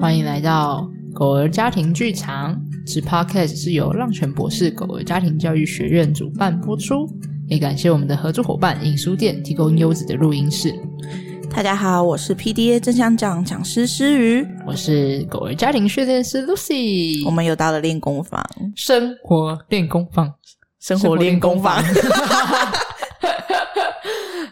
欢迎来到狗儿家庭剧场。此 podcast 是由浪犬博士狗儿家庭教育学院主办播出，也感谢我们的合作伙伴影书店提供优质的录音室。大家好，我是 PDA 真相奖讲师诗瑜，我是狗儿家庭训练师 Lucy，我们又到了练功房，生活练功坊，生活练功房。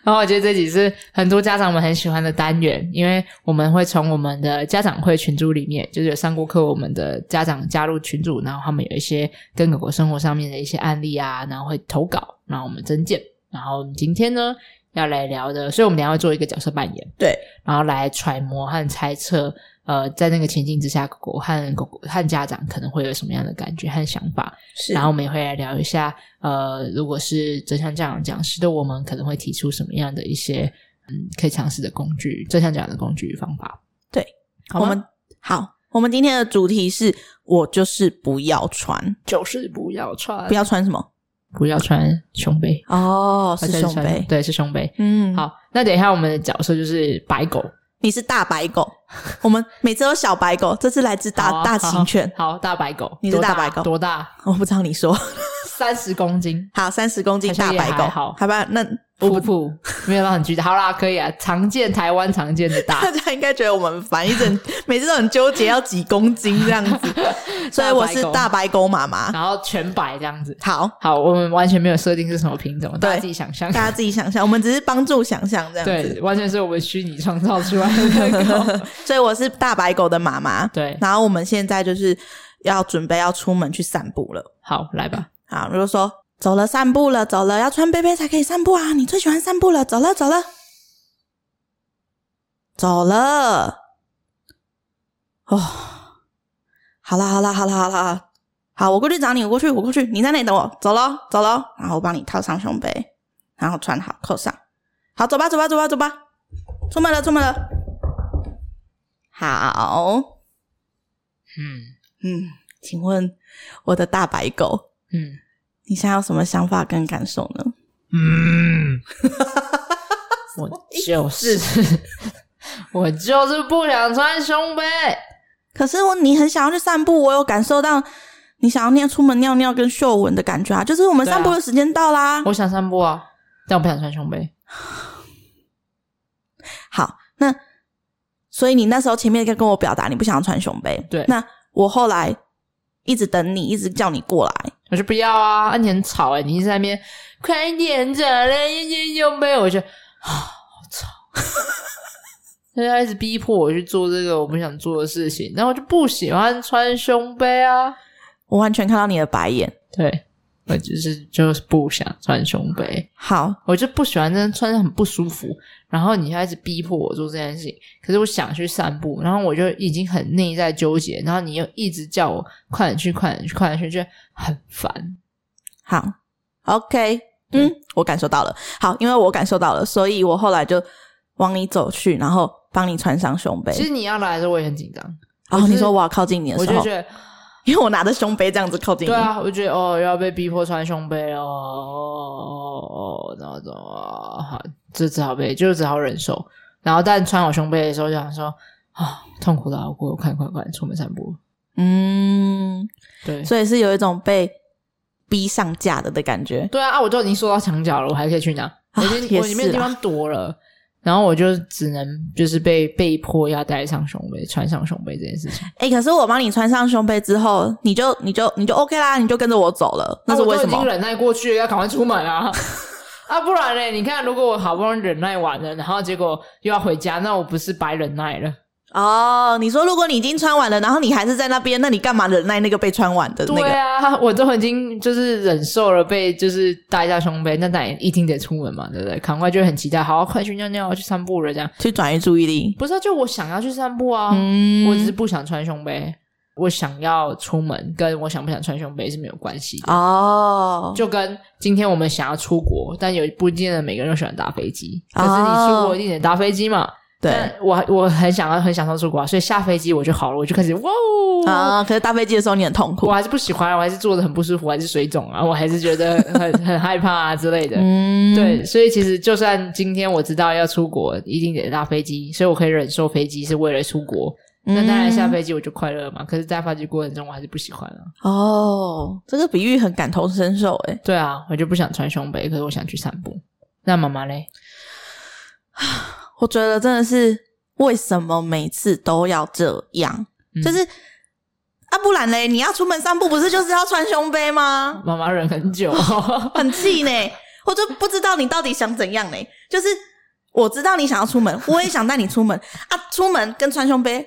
然后我觉得这集是很多家长们很喜欢的单元，因为我们会从我们的家长会群组里面，就是有上过课我们的家长加入群组，然后他们有一些跟狗狗生活上面的一些案例啊，然后会投稿，然后我们增建。然后我们今天呢要来聊的，所以我们等一下会做一个角色扮演，对，然后来揣摩和猜测，呃，在那个情境之下，狗狗和狗狗和家长可能会有什么样的感觉和想法。是然后我们也会来聊一下，呃，如果是正向教养讲师的我们，可能会提出什么样的一些嗯可以尝试的工具，正向教养的工具与方法。对，好我吗们好，我们今天的主题是我就是不要穿，就是不要穿不要穿什么？不要穿胸杯，哦，是胸穿杯。对，是胸杯。嗯，，好，那等一下我们的角色就是白狗，你是大白狗， 我们每次都小白狗，这次来自大、好啊大型犬，好好，好大白狗，你是多大白狗多大？我不知道你说 三十公斤，好三十公斤好像大也白狗，还好吧？那 我普不，普，没有到很巨大。好啦，可以啊，常见台湾常见的大 大家应该觉得我们很烦，一 整每次都很纠结要几公斤这样子，所以我是大白狗妈妈。然后全白这样子。好，好，我们完全没有设定是什么品种，大家对自己想象。大家自己想象，我们只是帮助想象这样对，子。完全是我们虚拟创造出来的 狗。所以我是大白狗的妈妈，对，然后我们现在就是要准备要出门去散步了。好，来吧。好，如果说走了散步了，走了要穿背背才可以散步啊！你最喜欢散步了，走了走了，走了。哦，好啦好啦好啦好啦，好，我过去找你，我过去我过去，你在那里等我，走喽走喽，然后我帮你套上胸背，然后穿好扣上，好走吧走吧走吧走吧，出门了出门了，好，嗯嗯，请问我的大白狗。嗯你现在有什么想法跟感受呢？嗯， 我就是， 我就是不想穿胸杯。可是我你很想要去散步，我有感受到你想要尿出门尿尿跟嗅闻的感觉啊，就是我们对啊散步的时间到啦。我想散步啊，但我不想穿胸杯。好，那所以你那时候前面跟跟我表达你不想要穿胸杯，对那我后来一直等你，一直叫你过来，我说不要啊，啊你很吵哎、你一直在那边快一点走嘞，一点胸杯，我就啊好吵。 大家一直逼迫我去做这个我不想做的事情，然后我就不喜欢穿胸杯啊。我完全看到你的白眼。对，我就是就是不想穿胸杯，好，我就不喜欢真的穿的很不舒服。然后你还一直逼迫我做这件事情，可是我想去散步，然后我就已经很内在纠结，然后你又一直叫我快点去，快点去，快点去，就很烦。好，OK，嗯，我感受到了。好，因为我感受到了，所以我后来就往你走去，然后帮你穿上胸其实杯。你要来的时候我也很紧张，我然后是你说我要靠近你的我时就候，觉得 因为我拿着胸杯这样子靠近你。对啊，我就觉得哦要被逼迫穿胸杯了哦哦哦哦，然后怎么好，这只好被就只好忍受。然后但穿好胸杯的时候就想说啊痛苦的熬过，快快快出门散步。嗯，对，所以是有一种被逼上架的的感觉。对啊，啊，我都已经缩到墙角了，我还可以去哪？我已经、啊也我已经没有是地啊方躲了，然后我就只能就是被被迫要戴上胸围，穿上胸围这件事情。哎、可是我帮你穿上胸杯之后，你就你就你就 OK 啦，你就跟着我走了，那是啊我为都什已经么？忍耐过去了，要赶快出门 啊！啊，不然呢？你看，如果我好不容易忍耐完了，然后结果又要回家，那我不是白忍耐了？哦，你说如果你已经穿完了，然后你还是在那边，那你干嘛忍耐那个被穿完的那对个？啊，我都已经就是忍受了被就是戴一下胸杯，那但也一定得出门嘛，对不对？赶快就很期待，好，快去尿尿，去散步了这样。去转移注意力。不是啊，就我想要去散步啊，嗯我只是不想穿胸杯，我想要出门，跟我想不想穿胸杯是没有关系的。哦，就跟今天我们想要出国，但有不见得每个人都喜欢搭飞机。可哦是你出国一定得搭飞机嘛？对但我我很想要很享受出国、啊，所以下飞机我就好了，我就开始哇哦，啊、可是搭飞机的时候你很痛我苦。还是不喜欢，我还是坐的很不舒服，我还是水肿啊，我还是觉得很 很害怕啊之类的。嗯，对，所以其实就算今天我知道要出国，一定得搭飞机，所以我可以忍受飞机是为了出国那当然下嗯飞机我就快乐嘛。可是，在发机过程中，我还是不喜欢啊。哦，这个比喻很感同身受哎。对啊，我就不想穿胸背，可是我想去散步。那妈妈嘞？我觉得真的是为什么每次都要这样？嗯就是啊，不然嘞，你要出门散步不是就是要穿胸杯吗？妈妈忍很 久，很气呢，我就不知道你到底想怎样嘞。就是我知道你想要出门，我也想带你出门啊，出门跟穿胸杯。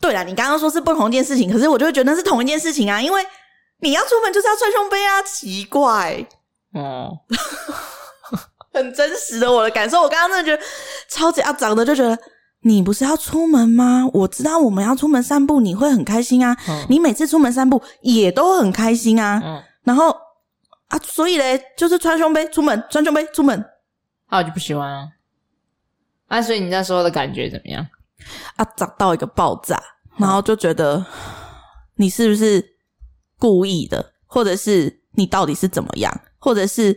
对了，你刚刚说是不同一件事情，可是我就会觉得是同一件事情啊，因为你要出门就是要穿胸杯啊，奇怪，哦，很真实的我的感受。我刚刚真的觉得超级啊，长的就觉得你不是要出门吗？我知道我们要出门散步，你会很开心啊。嗯你每次出门散步也都很开心啊。嗯，然后啊，所以嘞，就是穿胸杯出门，穿胸杯出门那我就不喜欢啊。啊，所以你那时候的感觉怎么样？啊，长到一个爆炸，然后就觉得你是不是故意的，或者是你到底是怎么样，或者是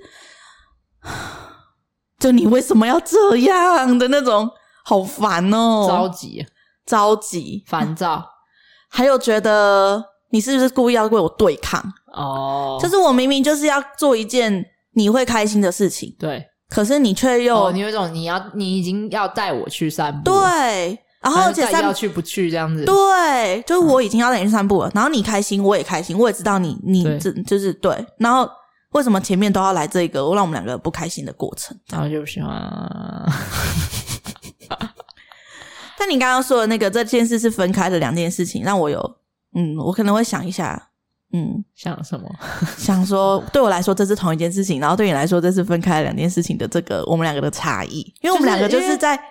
就你为什么要这样的那种，好烦哦，着急、着急，烦 躁还有觉得你是不是故意要为我对抗？哦，就是我明明就是要做一件你会开心的事情，对可是你却又、哦，你有一种你要你已经要带我去散步，，对，然后而且散要去不去这样子，对，就是我已经要带你去散步了，然后你开心，我也开心，我也知道你你对这就是对，然后为什么前面都要来这个让我们两个不开心的过程？然后就不喜欢啊。 但你刚刚说的那个这件事是分开的两件事情，让我有嗯，我可能会想一下，嗯，想什么？想说，对我来说这是同一件事情，然后对你来说这是分开两件事情的这个我们两个的差异，因为我们两个就就是因是为在因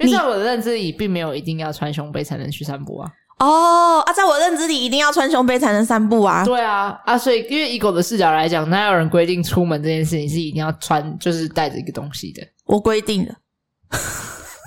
为你在我的认知里，并没有一定要穿胸背才能去散步啊。哦啊，在我认知里一定要穿胸杯才能散步啊，对啊，啊，所以因为以狗的视角来讲，哪有人规定出门这件事情是一定要穿，就是带着一个东西的？我规定的，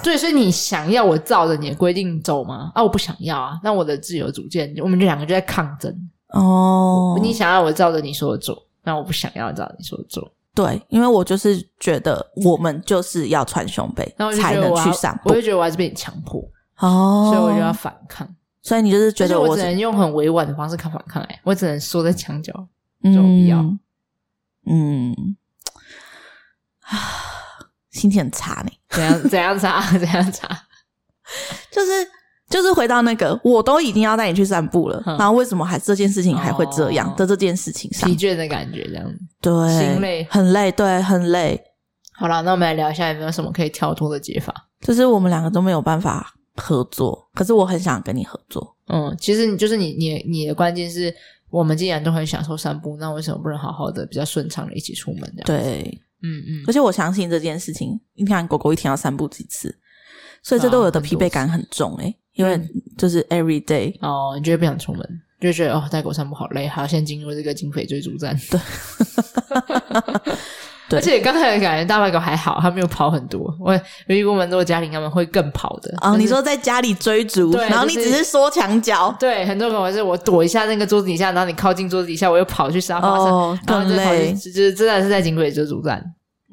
对，所以你想要我照着你的规定走吗？啊，我不想要啊，那我的自由主见，我们这两个就在抗争。哦，你想要我照着你说的做，那我不想要照着你说的做，对，因为我就是觉得我们就是要穿胸杯那我就觉才得能我要去散我步就觉得我还是被你强迫，哦，所以我就要，反抗。所以你就是觉就是得我只是能用很委婉的方式抗反抗、哎，我只能缩在墙角。就不要嗯嗯，啊，心情很差呢。怎样怎样查怎样查？就是就是回到那个，我都已经要带你去散步了，嗯然后为什么还这件事情还会这样哦的这件事情上疲，倦的感觉这样子。对，心累很累，对，很累，好了，那我们来聊一下有没有什么可以跳脱的解法。就是我们两个都没有办法合作，可是我很想跟你合作，嗯，其实你就是你你你的关键是我们既然都很享受散步，那为什么不能好好的比较顺畅的一起出门这样？，对，嗯嗯而，且我相信这件事情，你看狗狗一天要散步几次，所以这对我啊的疲惫感很重诶、因为就是 every day，哦，嗯你就会不想出门，就会觉得哦带狗散步好累，还要先经过这个警匪追逐战。 对。对而且刚才感觉大白狗还好，它没有跑很多。我有遇过蛮多家庭，他们会更跑的。啊、就是你说在家里追逐，对然后你就是只是缩墙角，对，很多狗是我躲一下那个桌子底下，然后你靠近桌子底下，我又跑去沙发上，哦然后更就跑去，累就是真的是在警匪追逐战。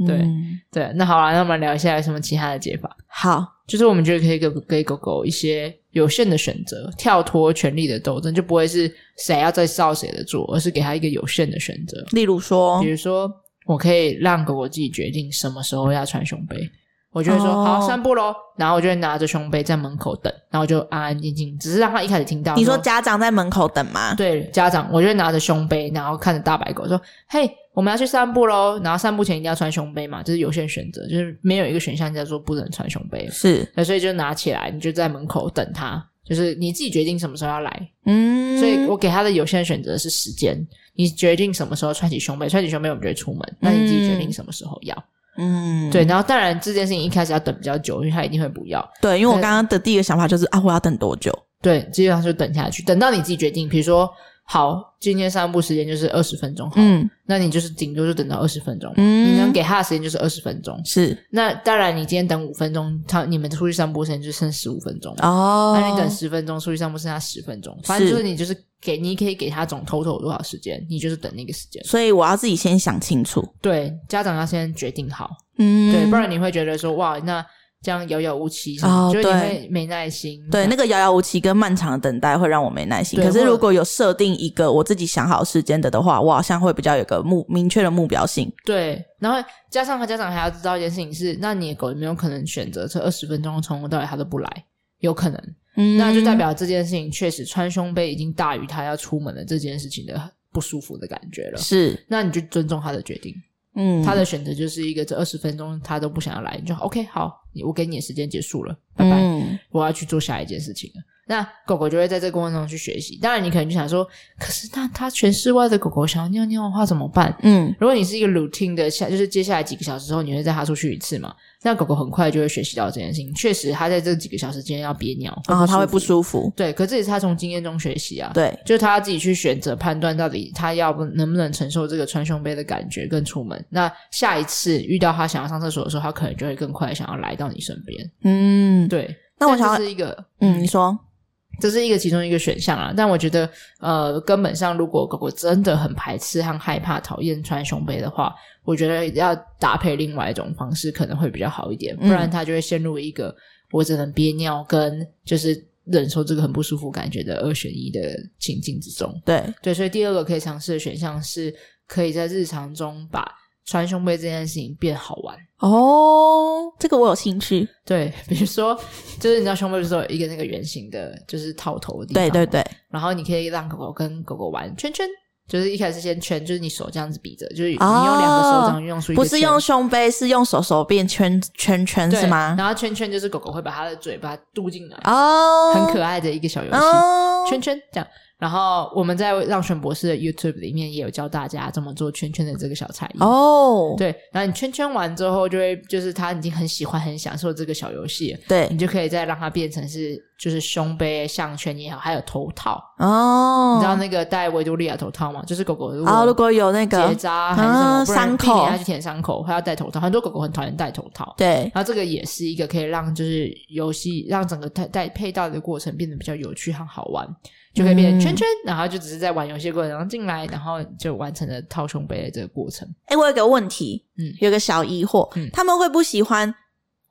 对嗯对，那好了，那我们聊一下有什么其他的解法，好，就是我们觉得可以给给狗狗一些有限的选择，跳脱权力的斗争，就不会是谁要再照谁的做，而是给它一个有限的选择。例如说比，如说，我可以让狗狗自己决定什么时候要穿胸杯。我就会说、哦好散步喽，然后我就会拿着胸杯在门口等，然后就安安静静，只是让它一开始听到你说家长在门口等吗？对家长，我就拿着胸杯，然后看着大白狗说：“嘿，我们要去散步喽。”然后散步前一定要穿胸杯嘛，这是有限选择，就是没有一个选项叫做不能穿胸杯，是，那所以就拿起来，你就在门口等它，就是你自己决定什么时候要来。嗯，所以我给它的有限选择是时间，你决定什么时候穿起胸杯，穿起胸杯我们就会出门，那你自己决定什么时候要。嗯，对，然后当然这件事情一开始要等比较久，因为它一定会不要。对，因为我刚刚的第一个想法就是啊，我要等多久？对，基本上就等下去，等到你自己决定。比如说，好，今天散步时间就是二十分钟好了，嗯，那你就是顶多就等到二十分钟，嗯你能给他的时间就是二十分钟。是那当然，你今天等五分钟，他你们出去散步时间就剩十五分钟，哦，那你等十分钟出去散步剩下十分钟，反正是就是你就是给你可以给他总 total 多少时间，你就是等那个时间。所以我要自己先想清楚，对，家长要先决定好，嗯对，不然你会觉得说哇，那这样遥遥无期，哦就是你对会没耐心。对，那个遥遥无期跟漫长的等待会让我没耐心。对可是或者如果有设定一个我自己想好时间的的话，我好像会比较有个目明确的目标性。对，然后加上和家长还要知道一件事情是，那你的狗有没有可能选择这二十分钟从头到尾它都不来？有可能，嗯那就代表这件事情确实穿胸背已经大于它要出门的这件事情的不舒服的感觉了。是，那你就尊重他的决定，嗯，他的选择就是一个这二十分钟他都不想要来，你就 OK 好，你我给你的时间结束了，拜拜。嗯，我要去做下一件事情了。那狗狗就会在这个过程中去学习。当然，你可能就想说，可是那它全室外的狗狗想要尿尿的话怎么办？嗯，如果你是一个 routine 的下，就是接下来几个小时之后，你会带它出去一次嘛？那狗狗很快就会学习到这件事情。确实，它在这几个小时间要憋尿，然哦后他会不服。舒服，对，可这也是它从经验中学习啊。，对，就是它自己去选择判断到底它要不能不能承受这个穿胸杯的感觉跟出门。那下一次遇到它想要上厕所的时候，它可能就会更快地想要来到你身边。嗯，对，那我但这想要是一个嗯，你说，这是一个其中一个选项啊。但我觉得，呃，根本上，如果狗狗真的很排斥和害怕、讨厌穿胸杯的话，我觉得要搭配另外一种方式可能会比较好一点，嗯不然它就会陷入一个我只能憋尿跟就是忍受这个很不舒服感觉的二选一的情境之中。对，对，所以第二个可以尝试的选项是，可以在日常中把穿胸杯这件事情变好玩。哦，这个我有兴趣，对，比如说，就是你知道胸背不是都有一个那个圆形的，就是套头的地方对吗，对对，然后你可以让狗狗跟狗狗玩圈圈，就是一开始先圈，就是你手这样子比着，就是你用哦两个手掌用出一个不圈是用胸杯，是用手手变圈圈圈对是吗？然后圈圈就是狗狗会把它的嘴巴嘟进来，哦，很可爱的一个小游戏，哦，圈圈这样。然后我们在让玄博士的 YouTube 里面也有教大家怎么做圈圈的这个小菜艺。哦，对，然后你圈圈完之后，就会就是他已经很喜欢、很享受这个小游戏了，你对，就可以再让它变成是就是胸杯、项圈也好，还有头套，哦，你知道那个戴维多利亚头套吗？就是狗狗如果、啊，如果有那个结扎还是什么，啊不然伤避免口它去舔伤口，它要戴头套。很多狗狗很讨厌戴头套，对，然后这个也是一个可以让就是游戏让整个带带配套的过程变得比较有趣和好玩，就可以变成嗯圈圈，然后就只是在玩游戏的过程中进来，然后就完成了套胸杯的这个过程。哎、我有个问题，嗯有个小疑惑，嗯他们会不喜欢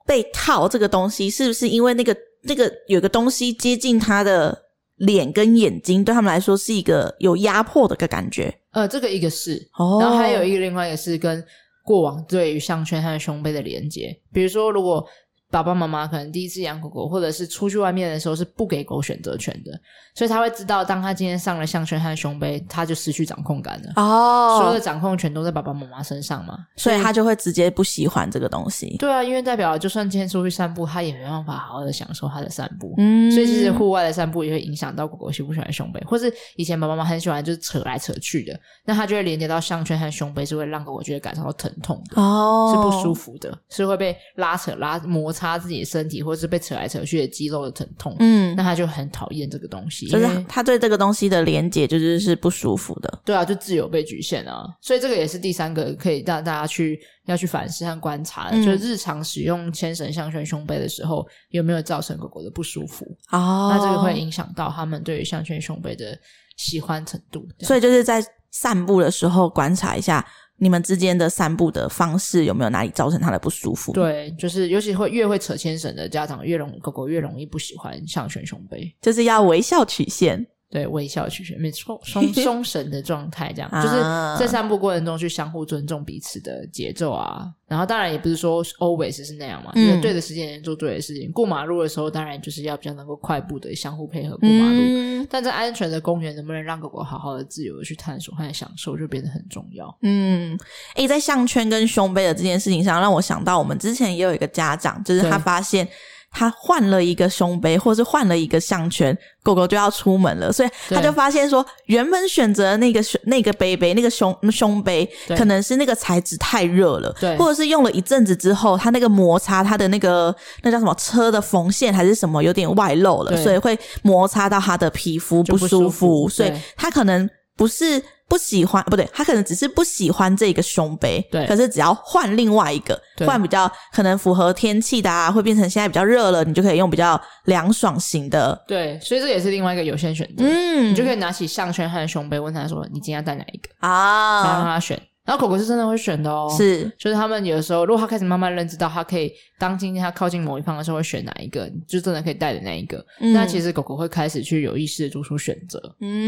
被套这个东西，是不是因为那个那个有个东西接近他的脸跟眼睛，对他们来说是一个有压迫的一个感觉？呃，这个一个是，哦然后还有一个另外一个是跟过往对于项圈和胸杯的连接，比如说如果。爸爸妈妈可能第一次养狗狗，或者是出去外面的时候是不给狗选择权的，所以他会知道，当他今天上了项圈和胸杯，他就失去掌控感了。所有哦的，掌控权都在爸爸妈妈身上嘛。所以他就会直接不喜欢这个东西。对啊，因为代表就算今天出去散步，他也没办法好好的享受他的散步。嗯所以其实户外的散步也会影响到狗狗喜不喜欢胸背，或是以前爸爸妈妈很喜欢就是扯来扯去的，那它就会连接到项圈和胸背，是会让狗狗觉得感受到疼痛的。哦是不舒，服的，是会被拉扯、拉摩擦自己的身体，或是被扯来扯去的肌肉的疼痛。嗯啊那，他就很讨厌这个东西，就是因为他对这个东西的连接就是是不舒服的。对啊，就自由被局限啊，所以这个也是第三个可以让大家去要去反思和观察的，嗯就是日常使用牵绳项圈胸背的时候，有没有造成狗狗的不舒服？哦那这个会影响到他们对于项圈胸背的喜欢程度。这样所以就是在散步的时候观察一下你们之间的散步的方式有没有哪里造成他的不舒服。，对，就是尤其会越会扯牵绳的家长，越容狗狗越容易不喜欢项圈胸背。就是要微笑曲线。对，微笑曲线，没错， 松松神的状态，这样就是啊在散步过程中去相互尊重彼此的节奏啊。然后当然也不是说 always 是那样嘛，嗯就是对的时间点做对的事情。过马路的时候，当然就是要比较能够快步的相互配合过马路。嗯但在安全的公园，能不能让狗狗好好的、自由的去探索和享受，就变得很重要。嗯，诶、在项圈跟胸背的这件事情上，让我想到我们之前也有一个家长，就是他对发现。他换了一个胸杯，或是换了一个项圈，狗狗就要出门了，所以对他就发现说，原本选择的那个胸那个背背那个胸胸杯，对可能是那个材质太热了，对或者是用了一阵子之后，它那个摩擦它的那个那叫什么车的缝线还是什么有点外露了，对所以会摩擦到它的皮肤就不舒舒服所以对他可能不是不喜欢，不对，他可能只是不喜欢这个胸杯，对可是只要换另外一个，对换比较可能符合天气的啊，会变成现在比较热了，你就可以用比较凉爽型的，对，所以这也是另外一个有限选择。嗯，你就可以拿起项圈和胸杯，问他说：“你今天要带哪一个？”然后让啊，他选。然后狗狗是真的会选的哦，是就是他们有的时候，如果他开始慢慢认知到，他可以当今天他靠近某一方的时候会选哪一个，就真的可以带的那一个。那其实实狗狗会开始去有意识的做出选择，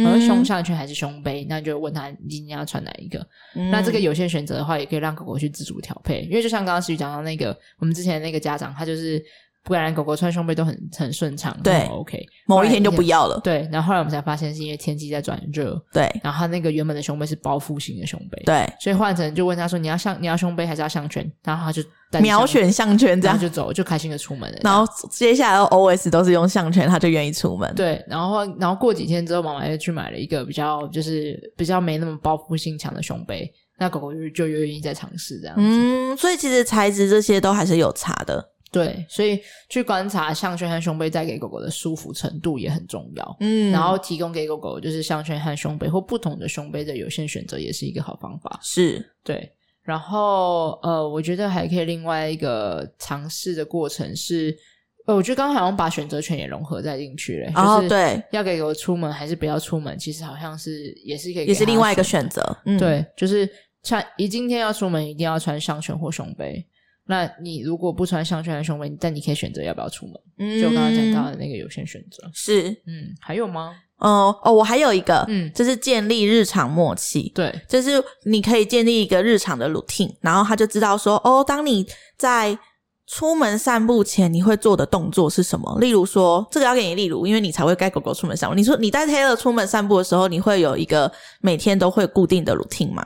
然后嗯胸项圈还是胸杯，那就问他你今天要穿哪一个。嗯那这个有限选择的话，也可以让狗狗去自主调配，因为就像刚刚石宇讲到那个，我们之前的那个家长，他就是不然狗狗穿胸背都很很顺畅，对很 OK。某一天就不要了，对，然后后来我们才发现是因为天气在转热，对然后他那个原本的胸背是包覆型的胸背，对，所以换成就问他说你要项你要胸背还是要项圈，然后他就带着秒项圈，选项圈这然样后，就走，就开心的出门了。然后接下来 OS 都是用项圈，他就愿意出门。对，然后然后过几天之后，妈妈又去买了一个比较就是比较没那么包覆性强的胸背，那狗狗就就愿意再尝试这样子。嗯，所以其实材质这些都还是有差的。对，所以去观察项圈和胸背带给狗狗的舒服程度也很重要。嗯然后提供给狗狗就是项圈和胸背或不同的胸背的有限选择，也是一个好方法。是对，然后呃，我觉得还可以另外一个尝试的过程是，呃，我觉得刚刚好像把选择权也融合在进去了，哦就是对，要给狗出门还是不要出门，其实好像是也是可以，也是另外一个选。择。嗯，，对，就是穿，一今天要出门一定要穿项圈或胸背。那你如果不穿项圈和胸背，但你可以选择要不要出门，嗯就我刚刚讲到的那个有限选择。是。嗯，还有吗？哦哦，我还有一个，嗯就是建立日常默契。对，就是你可以建立一个日常的 routine，然后他就知道说，哦，当你在出门散步前，你会做的动作是什么？例如说，这个要给你例如，因为你才会带狗狗出门散步。你说你带 Taylor 出门散步的时候，你会有一个每天都会固定的 routine 吗？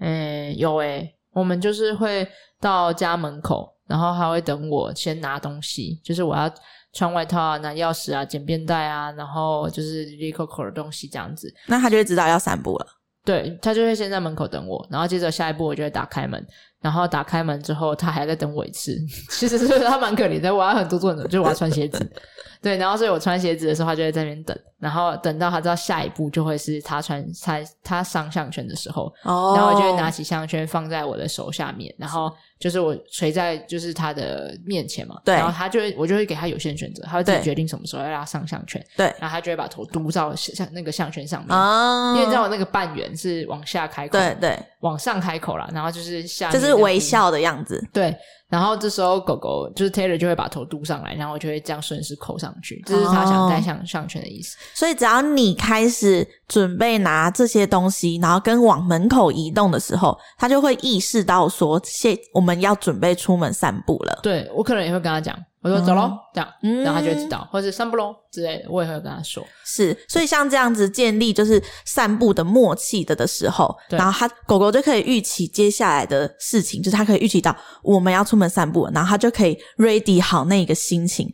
嗯，有诶、我们就是会到家门口，然后他会等我先拿东西，就是我要穿外套啊、拿钥匙啊、剪便带啊，然后就是立扣扣的东西这样子。那他就会知道要散步了。对他就会先在门口等我，然后接着下一步我就会打开门，然后打开门之后他还在等我一次， 其实是他蛮可怜的，我要很多做的，就是我要穿鞋子， 对，然后所以我穿鞋子的时候他就会在那边等，然后等到他知道下一步就会是他穿他他上项圈的时候，哦然后我就会拿起项圈放在我的手下面，然后就是我垂在就是他的面前嘛，对然后他就会我就会给他有限选择，他会自己对决定什么时候要让他上项圈，对然后他就会把头嘟到项那个项圈上面，啊，因为你知道我那个半圆是往下开口，对，对，往上开口啦，然后就是下面就这是样子微，笑的样子。对，然后这时候狗狗就是 Taylor 就会把头嘟上来，然后我就会这样顺势扣上去，这是他哦想戴项项圈的意思。所以只要你开始准备拿这些东西，然后跟往门口移动的时候，他就会意识到说，现我们要准备出门散步了。对我可能也会跟他讲，我说嗯走喽，这样，嗯然后他就会知道，或是散步喽之类的，我也会跟他说。是，所以像这样子建立就是散步的默契的的时候，对然后它狗狗就可以预期接下来的事情，就是它可以预期到我们要出门散步了，然后它就可以 ready 好那个心情，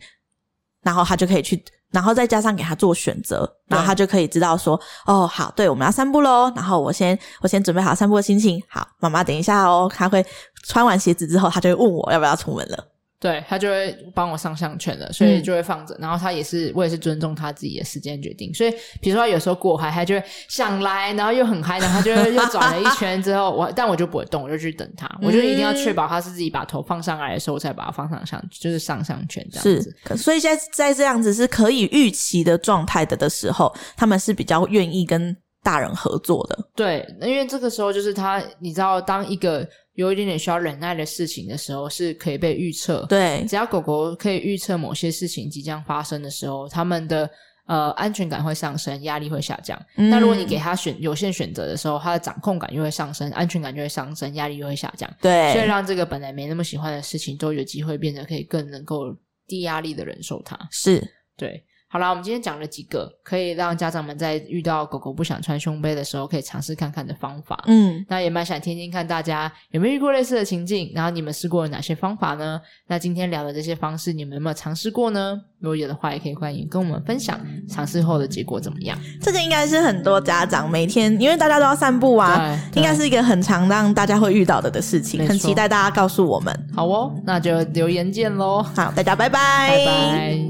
然后它就可以去，然后再加上给它做选择，对然后它就可以知道说，哦，好，对，我们要散步喽，然后我先我先准备好散步的心情，好，妈妈等一下哦，它会穿完鞋子之后，它就会问我要不要出门了，对他就会帮我上项圈了，所以嗯就会放着。然后他也是，我也是尊重他自己的时间决定。所以比如说他有时候过嗨，他就会想来，然后又很嗨，然后他就会又转了一圈之后， 我但我就不会动，我就去等他，我就一定要嗯确保他是自己把头放上来的时候，我才把它放上项，就是上项圈这样子是。，可所以在在这样子是可以预期的状态的的时候，他们是比较愿意跟大人合作的。对，因为这个时候就是他，你知道，当一个有一点点需要忍耐的事情的时候，是可以被预测。对，只要狗狗可以预测某些事情即将发生的时候，它们的呃安全感会上升，压力会下降。嗯那如果你给它选有限选择的时候，它的掌控感又会上升，安全感就会上升，压力又会下降。所以对让这个本来没那么喜欢的事情，都有机会变得可以更能够低压力的忍受它。是对，好啦，我们今天讲了几个可以让家长们在遇到狗狗不想穿胸背的时候，可以尝试看看的方法。嗯，那也蛮想听听看大家有没有遇过类似的情境，然后你们试过了哪些方法呢？那今天聊的这些方式，你们有没有尝试过呢？如果有的话，也可以欢迎跟我们分享尝试后的结果怎么样。这个应该是很多家长每天因为大家都要散步啊，对应该是一个很常让大家会遇到的的事情没，错很期待大家告诉我们。好哦，那就留言见喽，好，大家拜拜拜。